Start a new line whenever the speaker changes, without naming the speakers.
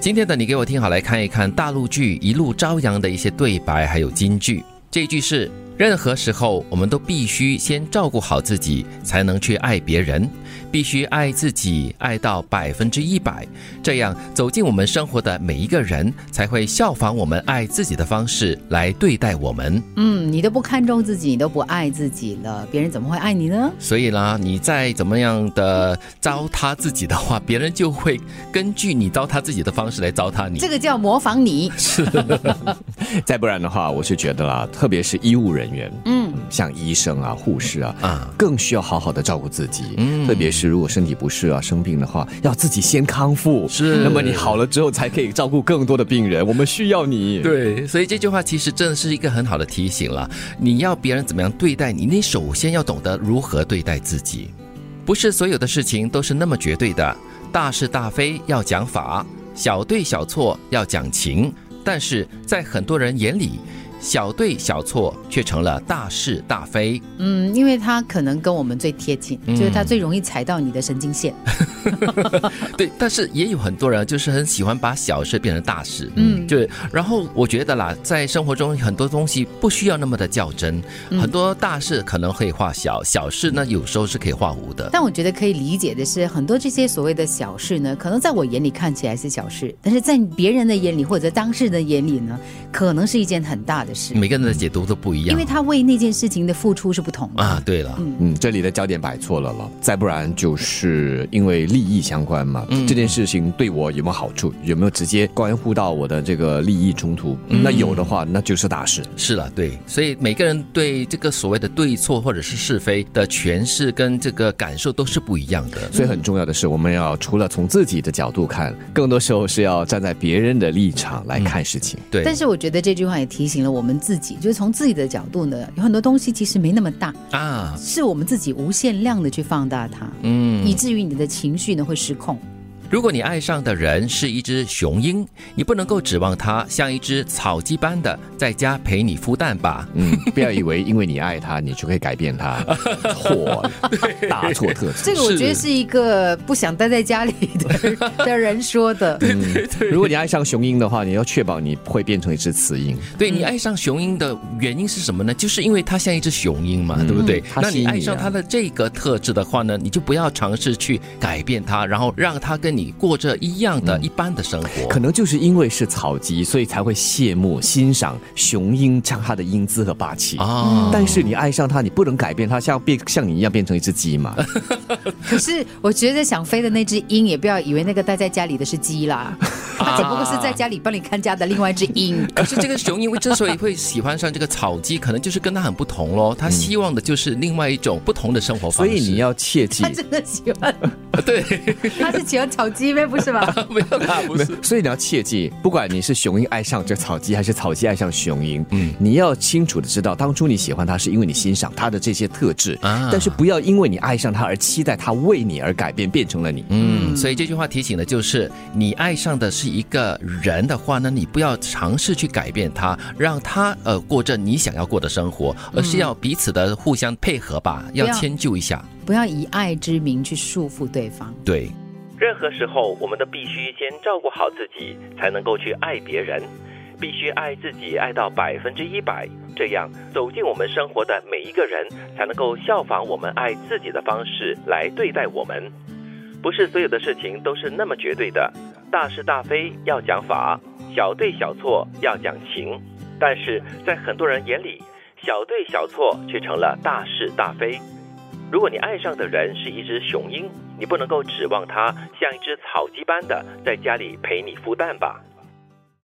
今天的你给我听好，来看一看大陆剧一路朝阳的一些对白，还有金句。这一句是：任何时候，我们都必须先照顾好自己，才能去爱别人。必须爱自己，爱到百分之一百，这样走进我们生活的每一个人，才会效仿我们爱自己的方式来对待我们。
嗯，你都不看重自己，你都不爱自己了，别人怎么会爱你呢？
所以啦，你再怎么样的糟蹋自己的话，别人就会根据你糟蹋自己的方式来糟蹋你
这。个叫模仿你。
再不然的话，我是觉得啦，特别是医务人员，
嗯，
像医生啊、护士啊，
啊，
更需要好好的照顾自己。
嗯
特别是如果身体不适啊、生病的话，要自己先康复。
是
那么你好了之后，才可以照顾更多的病人。我们需要你。。
对，所以这句话其实真的是一个很好的提醒了。你要别人怎么样对待你，你首先要懂得如何对待自己。不是所有的事情都是那么绝对的，大是大非要讲法，小对小错要讲情。但是在很多人眼里，小对小错却成了大是大非。
嗯，因为他可能跟我们最贴近，
嗯
就是他最容易踩到你的神经线。
对，但是也有很多人就是很喜欢把小事变成大事，
嗯
就是，然后我觉得啦，在生活中很多东西不需要那么的较真，
嗯
很多大事可能可以化小，小事呢有时候是可以化无的。
但我觉得可以理解的是，很多这些所谓的小事呢，可能在我眼里看起来是小事，但是在别人的眼里或者当事人的眼里呢，可能是一件很大的事，
每个人的解读都不嗯一样，
因为他为那件事情的付出是不同的。
啊，对了，
嗯，这里的焦点摆错了了，再不然就是因为利益相关嘛，
嗯
这件事情对我有没有好处，有没有直接关乎到我的这个利益冲突？
嗯
那有的话，那就是大事。
是了，对，所以每个人对这个所谓的对错或者是是非的诠释跟这个感受都是不一样的。
所以很重要的是，我们要除了从自己的角度看，更多时候是要站在别人的立场来看事情。
对，
但是我觉得这句话也提醒了我们自己，就是从自己的角度呢，有很多东西其实没那么大，
啊，
是我们自己无限量的去放大它，
嗯，
以至于你的情绪呢会失控。
如果你爱上的人是一只雄鹰，你不能够指望它像一只草鸡般的在家陪你孵蛋吧？
嗯，不要以为因为你爱他，你就可以改变他，错，大错特错。
这个我
是
觉得是一个不想待在家里 的的人说的。
如果你爱上雄鹰的话，你要确保你会变成一只雌鹰。
对你爱上雄鹰的原因是什么呢？就是因为它像一只雄鹰嘛，对不对？
它
那
吸引
你
你啊
爱上它的这个特质的话呢，你就不要尝试去改变它，然后让它跟你过着一样的、一般的生活。
嗯可能就是因为是草鸡，所以才会羡慕、欣赏雄鹰像它的英姿和霸气。
啊，
但是你爱上它，你不能改变它，像变像你一样变成一只鸡嘛？
可是我觉得想飞的那只鹰，也不要以为那个待在家里的是鸡
啊
啦，它只不过是在家里帮你看家的另外一只鹰。
可是这个雄鹰 之所以会喜欢上这个草鸡，可能就是跟它很不同咯。它希望的就是另外一种不同的生活
嗯所
方式。
以你要切记
它。真的喜欢，
对，
它是喜欢草鸡呗，不 是吧？
没有啦，不
没
是
有。所以你要切记，不管你是雄鹰爱上这草鸡，还是草鸡爱上雄鹰，嗯，你要清楚的知道，当初你喜欢它是因为你欣赏它的这些特质，
啊
但是不要因为你爱上它而期待它为你而改变，变成了你。
嗯，所以这句话提醒的就是，你爱上的是一个人的话呢，你不要尝试去改变他，让他呃过着你想要过的生活，而是要彼此的互相配合吧，要
嗯不要
迁就一下。
不要以爱之名去束缚对方。
对，任何时候我们都必须先照顾好自己，才能够去爱别人，必须爱自己爱到百分之一百，这样走进我们生活的每一个人，才能够效仿我们爱自己的方式来对待我们。不是所有的事情都是那么绝对的，大是大非要讲法，小对小错要讲情。但是在很多人眼里，小对小错却成了大是大非。如果你爱上的人是一只雄鹰，你不能够指望它像一只草鸡般的在家里陪你孵蛋吧。